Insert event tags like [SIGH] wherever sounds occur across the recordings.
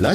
ラ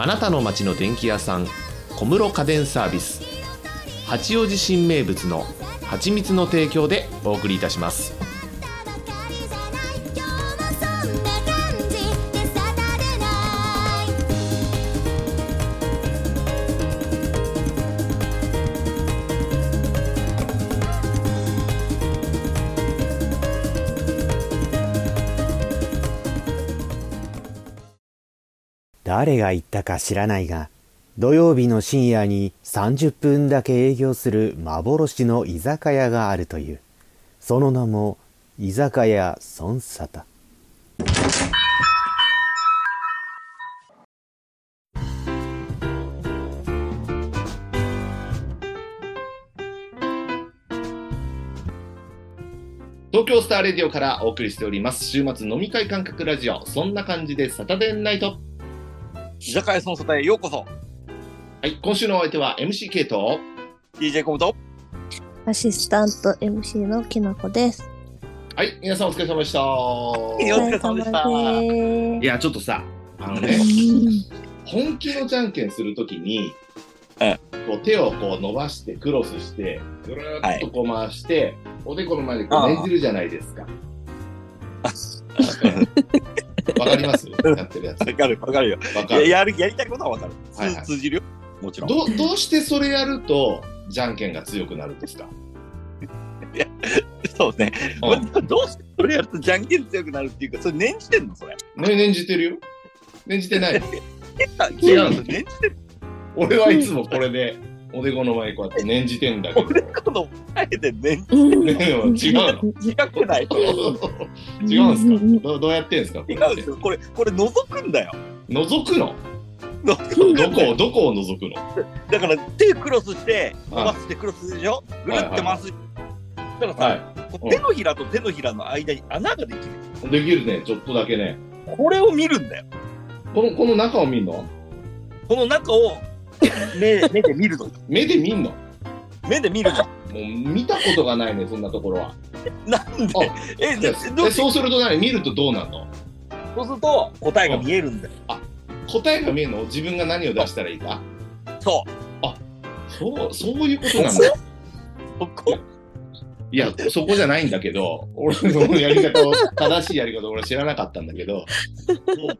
あなたの街の電気屋さん小室家電サービス八王子新名物の蜂蜜の提供でお送りいたしますたばかりじゃない今日もそんな感じでサタデーナイト誰が言ったか知らないが、土曜日の深夜に30分だけ営業する幻の居酒屋があるという。その名も、居酒屋孫沙汰。東京スターレディオからお送りしております週末飲み会感覚ラジオそんな感じでサタデーナイト居酒屋その外へようこそはい今週のお相手は MCK と DJ コムと [LAUGHS] アシスタント MC のきなこです。はい皆さんお疲れ様でしたいやお疲れ様でしたお疲いれ様でやちょっとさあの [LAUGHS] ねす本気のじゃんけんするときに、えこう手をこう伸ばしてクロスしてぐるーっとこう回して、おでこの前でこうああねじるじゃないですか。あわかります [LAUGHS] やってるやつ。わかるわかるよわいかやるやるやりたいことはわかる、通はいはい通じるよもちろんどう。どうしてそれやるとじゃんけんが強くなるんですか、そうね、うんまあどうしてそれやるとじゃんけん強くなるっていうかそれ念じてんのそれね、念じてるよ。念じて [LAUGHS] ない。違うの念じてる俺はいつもこれでおでこの前こうやって念じてんだけど。俺この前で念うねん。で [LAUGHS] も違うの。じくない違うんですかどうどうやってんですかこ違れうっんてですよこれこれ覗くんだよ覗くの覗くんだどよこをどこを覗くのだから手クロスして伸はいばしてクロスするでしょぐるって回す、だからはいさ、。い手のひらと手のひらの間に穴ができるできるね、ちょっとだけね。これを見るんだよこのこの中を見んのこの中 [LAUGHS] を目目で見るの目で見んのも目で見るのう見たことがないね、そんなところは。なんであでえでどうしそうすると何見るとどうなんのそうすると答えが見えるんだよ。答えが見えるの自分が何を出したらいいかそう。そうそういうことなんだ。ここいや、そこじゃないんだけど、俺そのやり方を、正しいやり方を俺知らなかったんだけど、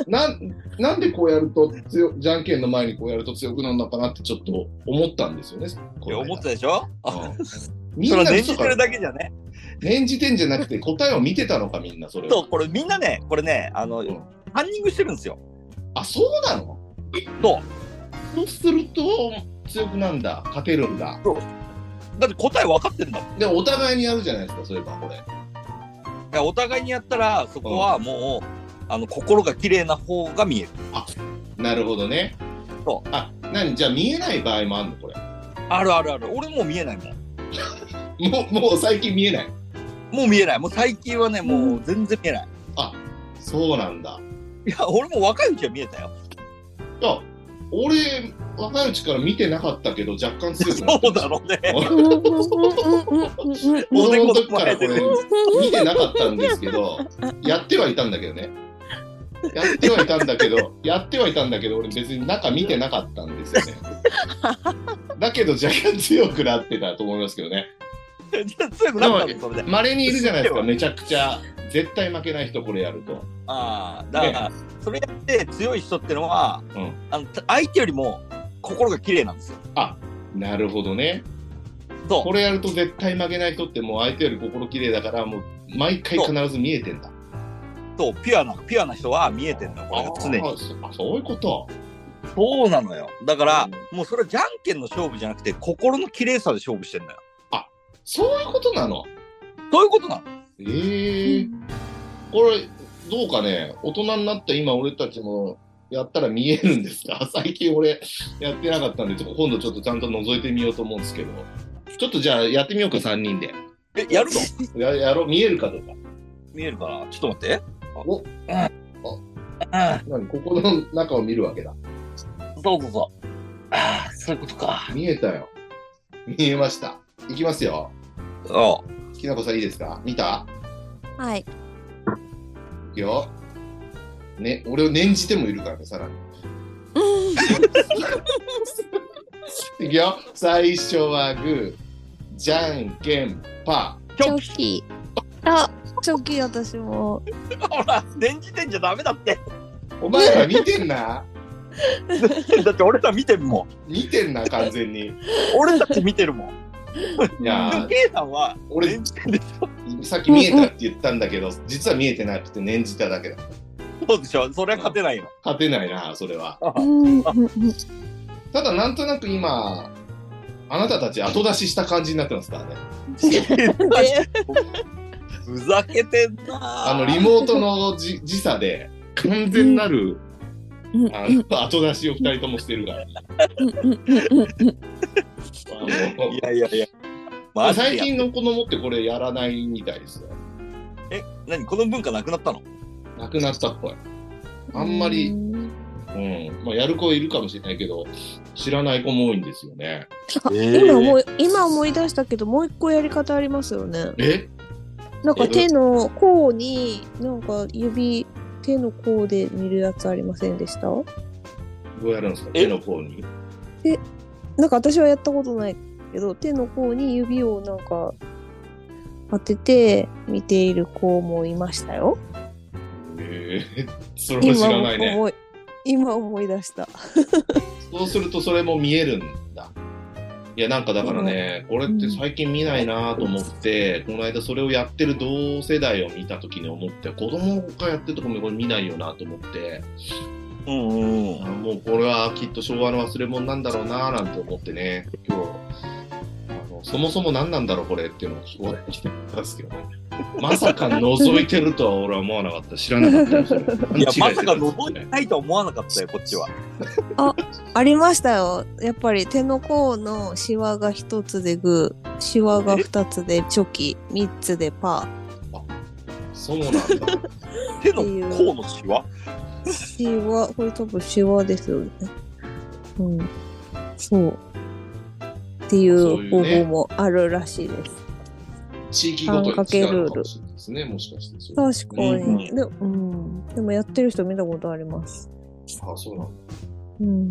なんなんでこうやると強、じゃんけんの前にこうやると強くなるのかなってちょっと思ったんですよね。いや思ってたたでしょ。あみそんれなは念嘘じかてらるだけじゃね。念じてんじゃなくて答えを見てたのかみんなそれをそうこれみんなねこれねあの、んハンニングしてるんですよ。あそうなのそそうすると強くなんだ勝てるんだう。だって答え分かってるんだもん。いでお互いにやるじゃないですかそういえばこれやお互いにやったらそこはもう、あの心が綺麗な方が見える。なるほどねそあ何じゃあ見えない場合もあるのこあるあるある。俺もう見えないもん。れもうもう最近見えないもう見えない。もう最近はねもう全然見えない。そうなんだいや俺も若いうちは見えたよ。いや俺若いうちから見てなかったけど若干強くなっそたうだろうね。 [LAUGHS] 子供の時からこおでこの前れで見てなかったんですけどやってはいたんだけどねやってはいたんだけどやってはいたんだけど俺別に中見てなかったんですよね [LAUGHS] だけど若干強くなってたと思いますけどね [LAUGHS] 強くなったのそれで。まれにいるじゃないですかめちゃくちゃ絶対負けない人これやるとああ、だから、それやって強い人ってのは、うんあのた相手よりも心が綺麗なんですよ。なるほどねそこれやると絶対負けない人ってもう相手より心綺麗だからもう毎回必ず見えてんだう、そう、ピュアな、ピュアな人は見えてんだよ、これが常に。あそあそういうことそうなのよ。だから、もうそれはじゃんけんの勝負じゃなくて、心の綺麗さで勝負してんだよ。そういうことなのそういうことなの。ええこれどうかね大人になった今俺たちもやったら見えるんですか [LAUGHS] 最近俺やってなかったんで、ちょっと今度ちょっとちゃんと覗いてみようと思うんですけど、ちょっとじゃあやってみようか、3人で。え、やるのややろう、見えるかどうか。見えるかなちょっと待って。おああ、何ここの中を見るわけだ。うんそうそうそう。ああ、そういうことか。見えたよ。見えました。いきますよ。ああ。きなこさんいいですか見たはい。いくよ。ね、俺を念じてもいるからね、さらに。いくよ。最初はグー、じゃんけん、パチチョョキキ。あ、チョキ私も。ほら、念じてんじゃダメだって。 [LAUGHS] ー。お前ら見てんな。だって俺ら見てるもん。見てんな、完全に。い俺たち見てるもん。やーで、ケイさんは、俺念じてんでしょさっき見えたって言ったんだけど、実は見えてなくて念じただけだ。そうでしょそれは勝てないよ。勝てないな、それは。うんうんうんただ、なんとなく今、あなたたち後出しした感じになってますからね。ふざけてんなあの、リモートのじ時差で、完全なる、うんあの後出しを二人ともしてるから。あのいやいやいや。マジで最や近の子供ってこれやらないみたいですよ。え、何この文化なくなったのなくなったっぽい。あんまり、うん。まあ、やる子いるかもしれないけど、知らない子も多いんですよね。あ今思い今思い出したけどもう一個やり方ありますよね。えなんか手の甲になんか指手の甲で見るやつありませんでした？どうやるんですかえ手の甲に。なんか私はやったことないけど手の甲に指をなんか当てて見ている子もいましたよ。えー、それも知今らないね。思い今思い出した。そうするとそれも見えるんだ。いや、なんかだからね、これって最近見ないなと思って、この間それをやってる同世代を見たときに思って、子供がやってるとこもこれ見ないよなと思って、うんうんあ。もうこれはきっと昭和の忘れ物なんだろうななんて思ってね、今日、あのそもそも何なんだろうこれっていうのを聞こえてきたんですけど [LAUGHS] ね。まさか覗いてるとは俺は思わなかった。知らなか [LAUGHS] ったですよ。いや、まさか覗覗いてないとは思わなかったよ、こっちは。ありましたよ。やっぱり手の甲のシワが一つでグー、シワが二つでチョキ、三つでパそうなんだ。手の甲のシワー。シワ、これ多分シワですよね。うん。そう。っていう方法もあるらしいです。地域ごとに違うのかもしれないですね。もしかしてそれ。確かに、うでうん。でもやってる人見たことあります。あ、そうなんだ。 [LAUGHS] うん。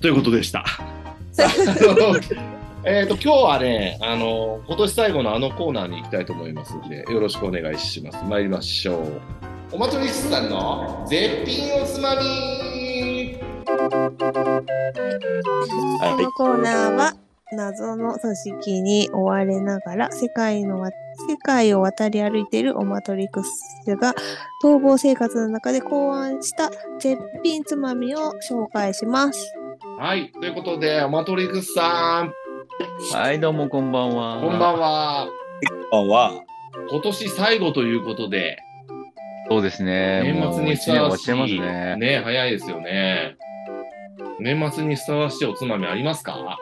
ということでした。 [LAUGHS] えっと、今日はね、あの、今年最後のあのコーナーに行きたいと思いますので、よろしくお願いします。参りましょう。おまとりさんの絶品おつまみこのコーナーは謎の組織に追われながら世界のわ世界を渡り歩いているオマトリクスが逃亡生活の中で考案した絶品つまみを紹介します。はい、ということで、おまとりくさん、はい、どうもこんばんは。こんばんは。あは、今年最後ということで、そうですね。年末にふ一さ年終わわっしちゃいますい、ね。ね、早いですよね。年末にふさわしいおつまみありますか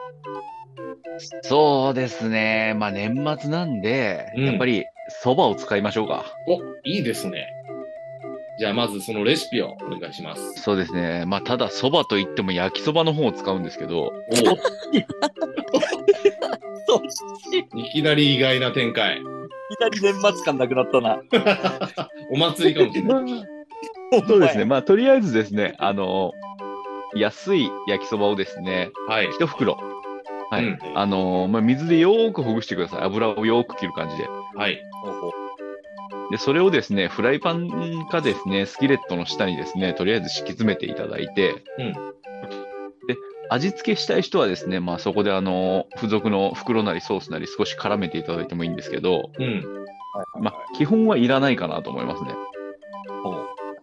そうですね。まあ年末なんで、うんやっぱり蕎麦を使いましょうか。お、いいですね。じゃあ、まずそのレシピをお願いします。そうですね。まあただ蕎麦といっても焼き蕎麦の方を使うんですけど、いきなり意外な展開。 [LAUGHS] いきなり年末感なくなったな。お祭りかもしれない。そうですね。まあとりあえずですね、あの、安い焼きそばをですね、はい。一袋。はい。うんあのまあ、水でよーくほぐしてください。油をよーく切る感じで。はい。で、それをですね、フライパンかですね、スキレットの下にですね、とりあえず敷き詰めていただいて、うんで、味付けしたい人はですね、まあそこであの、付属の袋なりソースなり少し絡めていただいてもいいんですけど、うん。まあ基本はいらないかなと思いますね。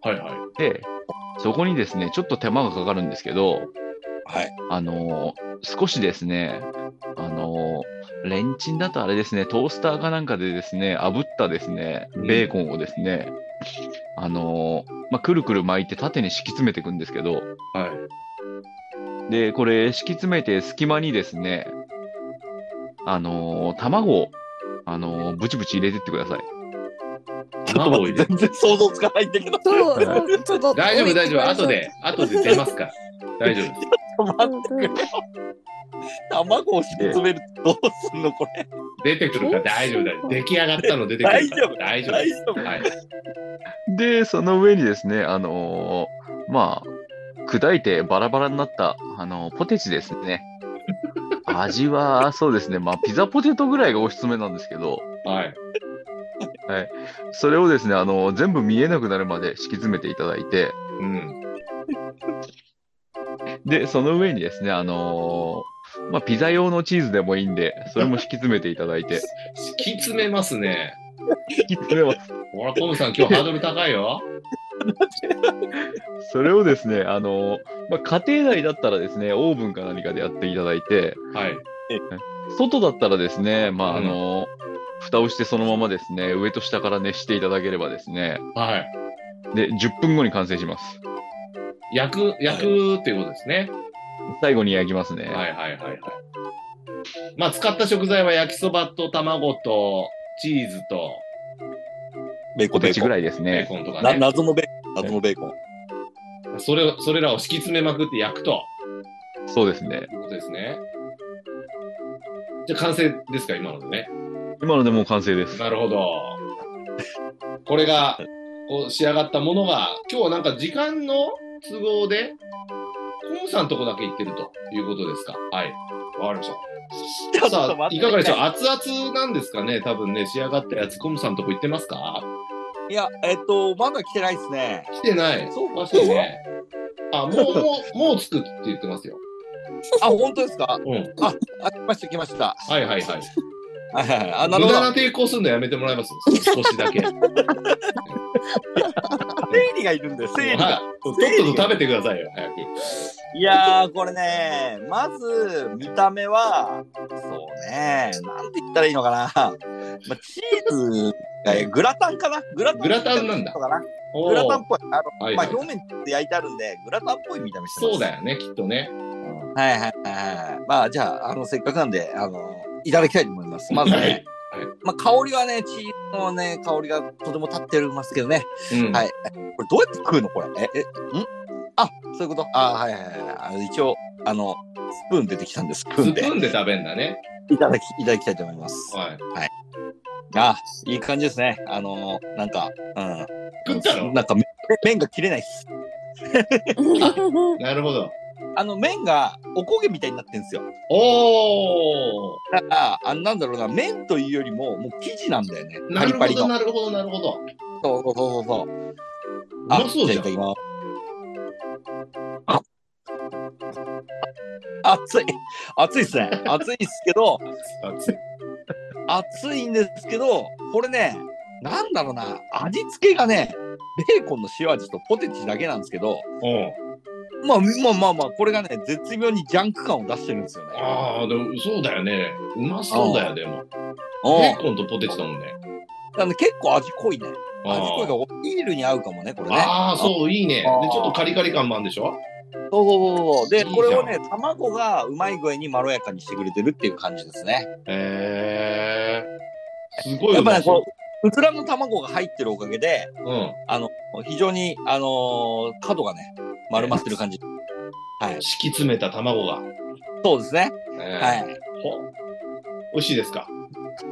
はいはい。で、そこにですね、ちょっと手間がかかるんですけど、はい。あの少しですね、あのレンチンだとあれですね、トースターかなんかでですね、炙ったですね、ベーコンをですね、あのーまあ、くるくる巻いて縦に敷き詰めていくんですけど、はい。で、これ、敷き詰めて隙間にですね、あのー卵を、あのーブチブチ入れてってください。ちょっと待って、全然想像つかないんだけど。 [LAUGHS] そう、そうちょっと。 [LAUGHS] 大丈夫、 [LAUGHS] 大丈夫。後で、後で出ますから。大丈夫です。待ってくれ。卵を敷き詰めるとどうすんのこれ。出てくるから大丈夫だよ。出来上がったの出てくるから。大大丈丈夫。夫。はい。で、その上にですね、あのーまあ、砕いてバラバラになった、あのーポテチです [LAUGHS] ね。味は、そうですね、まあ、ピザポテトぐらいがおすすめなんですけど、はい。それをですね、あのー全部見えなくなるまで敷き詰めていただいて、うん。で、その上にですね、あのーまあ、ピザ用のチーズでもいいんで、それも敷き詰めていただいて、敷き詰めますね。敷き詰めます。ほら、トムさん、今日ハードル高いよ。それをですね、あのーまあ、家庭内だったらですね、オーブンか何かでやっていただいて、はい。外だったらですね、まあ、うあんのー蓋をしてそのままですね、上と下から熱していただければですね、はい。で、10分後に完成します。焼く、焼くっていうことですね。最後に焼きますね。はいはいはいはい。まあ、使った食材は焼きそばと卵とチーズとベーコポン、ベテーチコぐン。らいですベーね。コンとかなね。謎のベーコン、謎のベーコン。それを、それらを敷き詰めまくって焼くとそうですね。いうことですね。じゃあ完成ですか、今のでね。今のでもう完成です。なるほど。これが、こう仕上がったものが、今日はなんか時間の都合で、コムさんのとこだけ行ってるということですか。はい。わかりました。ちょっさとあ、待いってかがでしょう熱々なんですかね多分ね、仕上がったやつ、コムさんのとこ行ってますかいや、えっと、まだ来てないですね。来てない。そう確かにね。あ、もう、もう、もう着くって言ってますよ。あ、本当ですかうん。あ、来ました、来ました。はいはいはい。はいはいはい。あ、な無るほど駄。な抵抗するのやめてもらえます少し [LAUGHS] だけ。生理がいるんだよ、生理が。はいとっとと食べてくださいよ、早く。いやー、これね、まず、見た目は、そうね、なんて言ったらいいのかな。まあ、チーズが、えグラタンかなグラタングラタンなんだかなおーグラタンっぽい。あの、はいまはあ、い表面で焼いてあるんで、グラタンっぽい見た目してます。そうだよね、きっとね。はいはいはいはい。まあ、じゃあ、あの、せっかくなんで、あの、いただきたいと思います。まずはねい、まあ、香りはね、チーズのね、香りがとても立ってますけどね。うんはい。これどうやって食うのこれ。え、え、んあ、そういうことあ、はいはいはいあの。一応、あの、スプーン出てきたんで、スプーンスでプーンで食べんだね。いただき、いただきたいと思います。はい。あ、いい感じですね。あの、なんか、うん。食ったのなんか、め麺が切れないです。なるほど。あの、麺がおこげみたいになってんですよ。おだから、あなんだろうな、麺というよりも、もう生地なんだよね。ーパなリるパほリど、の。なるほど、なるほど。そうそうそうそう。うあまそうじゃんじゃあいただき。ます。ああ熱い。熱いっすね。熱いっすけど、熱い熱いんですけど、これね、なんだろうな、味付けがね、ベーコンの塩味とポテチだけなんですけど、うん。まあまあまあまあ、これがね、絶妙にジャンク感を出してるんですよね。ああ、でもそうだよね。うまそうだよ、でも。ベうんーコンとポテチだもんね。なんで結構味濃いね。あ味濃いーがおビールに合うかもね、これね。あー、そう、いいね。で、ちあーょっとカリカリ感もあるんでしょそうそうそうそう。いいで、じゃんこれをね、卵がうまい具合にまろやかにしてくれてるっていう感じですね。へえ。すごいやうっぱまね、そうこ。う、うずらの卵が入ってるおかげで、うん。あの、非常に、あのー角がね、丸まってる感じ。はい。敷き詰めた卵が。そうですね。ははい。い。ほ美味しいですか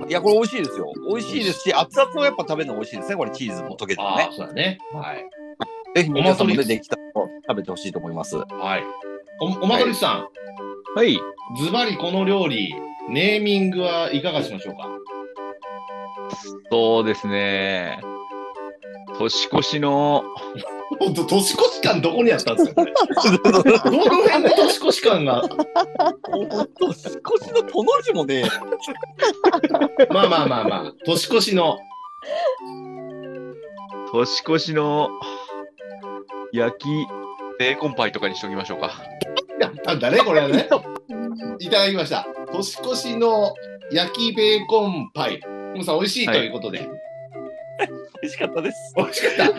いや、これ美味しいですよ。美味しいですし、熱々をやっぱ食べるの美味しいですね。これチーズも溶けてあねあ、。そうだね。はい。ぜひ皆さんもお祭りね、できたら食べてほしいと思い [LAUGHS] ます。はい。お、おまどりさん。はい。ズバリこの料理、ネーミングはいかがしましょう [LAUGHS] かそうですね。年越しの、本当年越し感どこにあったんです [LAUGHS] かこれどの辺で年越し感 [LAUGHS] が。少しのとの字もね、まあまあまあまあ、年越しの。年越しの、焼き、ベーコンパイとかにしときましょうか。 [LAUGHS] やったんだね、これはね。いただきました。年越しの焼きベーコンパイ。コムさん、美味しいということで。美味しかった [LAUGHS] です。美味しかった。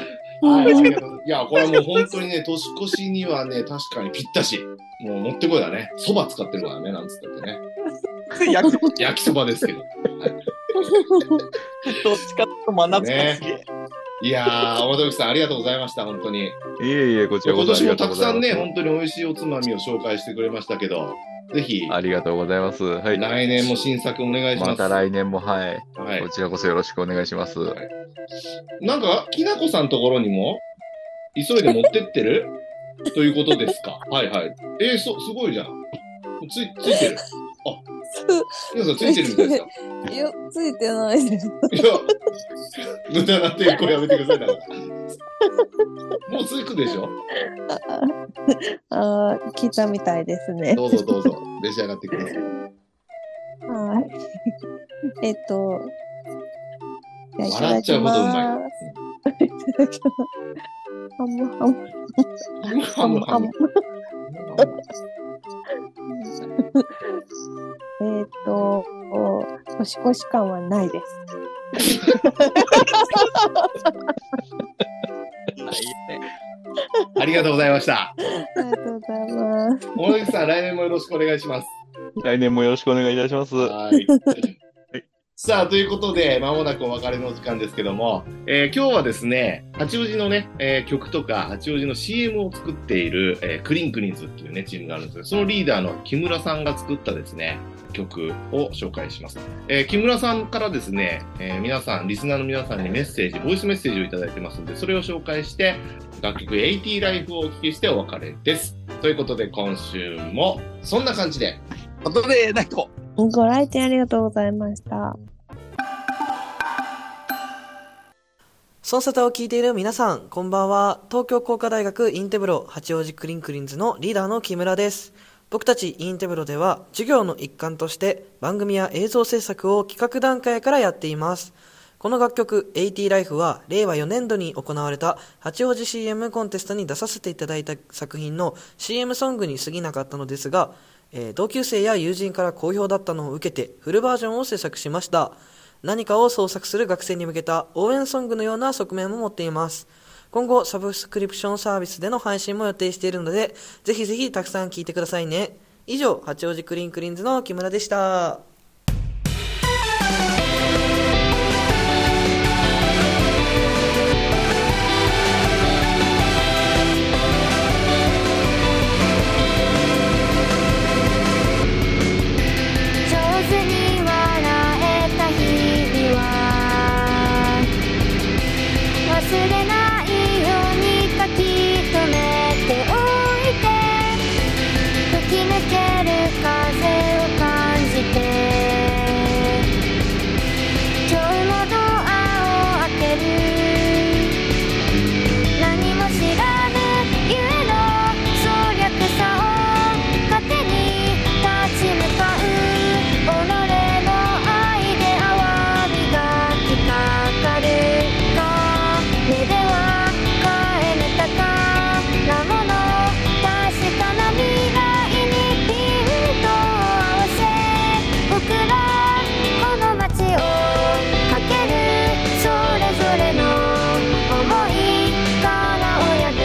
はい、ありがとういや、これはもう本当にね、年越しにはね、確かにぴったし。もう持ってこいだね。そば使ってるからね、なんつったってね。焼き焼きそばですけど。どっちかと真夏がすげえ。いやー、大竹さん、ありがとうございました、本当に。いえいえ、こちらこ今そ年ありもがとたうごくざさいんます。ね、本当に美味しいおつまみを紹介してくれましたけど、ぜひ、ありがとうございます。はい。来年も新作お願いします。また来年も、はい。はいこちらこそよろしくお願いします。なんか、きなこさんところにも、急いで持ってってるということですか。はいはい。えー、そ、すごいじゃん。つい、ついてる。皆さん、ついてるみたいですか。 [LAUGHS] いや、ついてないです。いや、無駄な抵抗やめてくださいだから。もうつくでしょあー、聞いたみたいですね。どうぞどうぞ、召し上がってください。はい。えっと、じゃあ笑っちゃうほどう [LAUGHS] まいいただきます。いただきます。ハムハム。ハムハム。えっと、お年越し感はないです。ありがとうございました。ありがとうございます。大竹さん、来年もよろしくお願いします。来年もよろしくお願いいたします。はい。さあ、ということで、まもなくお別れのお時間ですけども、えー今日はですね、八王子のね、えー曲とか、八王子の CM を作っている、えークリンクリンズっていうね、チームがあるんですけど、そのリーダーの木村さんが作ったですね、曲を紹介します。えー木村さんからですね、えー皆さん、リスナーの皆さんにメッセージ、ボイスメッセージをいただいてますんで、それを紹介して、楽曲 AT ライフをお聞きしてお別れです。ということで、今週も、そんな感じで、ことで、なんか、ご来店ありがとうございました。ソンサタを聞いている皆さん、こんばんは。東京工科大学インテブロ八王子クリンクリンズのリーダーの木村です。僕たちインテブロでは授業の一環として番組や映像制作を企画段階からやっています。この楽曲 AT ライフは令和4年度に行われた八王子 CM コンテストに出させていただいた作品の CM ソングに過ぎなかったのですが、えー同級生や友人から好評だったのを受けてフルバージョンを制作しました。何かを創作する学生に向けた応援ソングのような側面も持っています。今後、サブスクリプションサービスでの配信も予定しているので、ぜひぜひたくさん聴いてくださいね。以上、八王子クリンクリンズの木村でした。上手に笑えた日々は忘れないように書き留めておいてときめける風を感じて今日もドアを開ける何も知らぬゆえの省略さを糧に立ち向かう己の愛で哀びがきかかるか目では変えぬ宝物確かな未来にピントを合わせ僕らこの街をかけるそれぞれの想いから親ぐ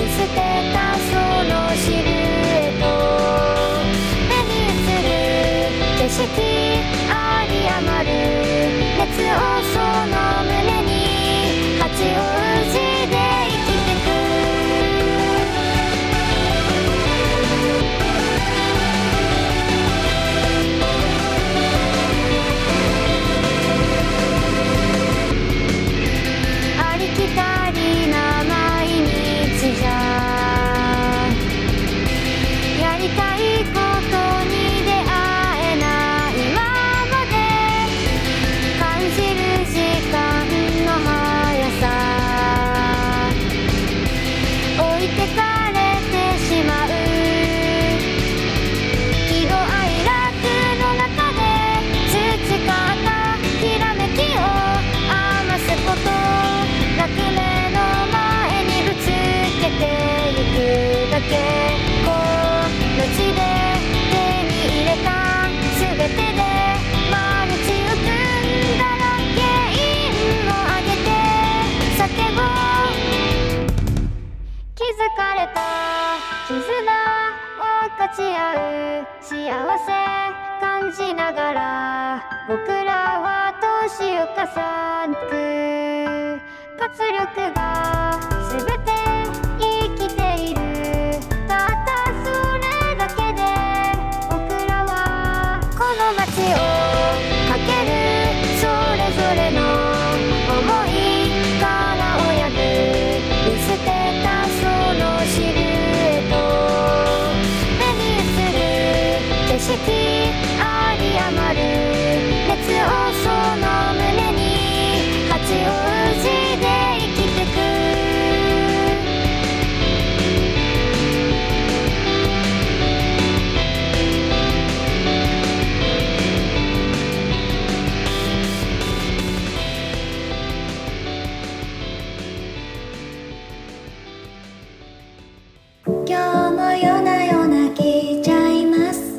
見捨てたそのシルエット目に映る景色あり余る熱をその胸に八王子で生きてくありきたりな毎日じゃやりたいことに出会えない今まで感じる時間の速さ置いてかれてしまう喜怒哀楽の中で培ったひらめきを余すことなく目の前にぶつけてゆくだけこの地で手に入れた全てで幸せ感じながら僕らは年を重ねく活力が全て生きているたったそれだけで僕らはこの街をかけるそれぞれの想いから親ぶ見捨てたそのシルエット目に映る景色あり余る熱をその胸に八王子で生きてく今日も夜な夜な聞いちゃいます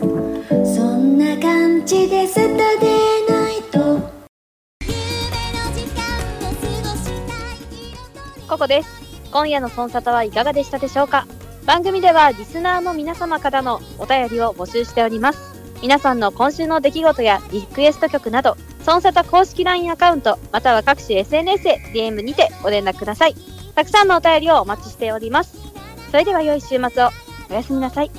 そんな感じでサタデーナイトここです。今夜のソンサタはいかがでしたでしょうか番組ではリスナーの皆様からのお便りを募集しております。皆さんの今週の出来事やリクエスト曲など、ソンサタ公式 LINE アカウント、または各種 SNS へ DM にてご連絡ください。たくさんのお便りをお待ちしております。それでは良い週末を。おやすみなさい。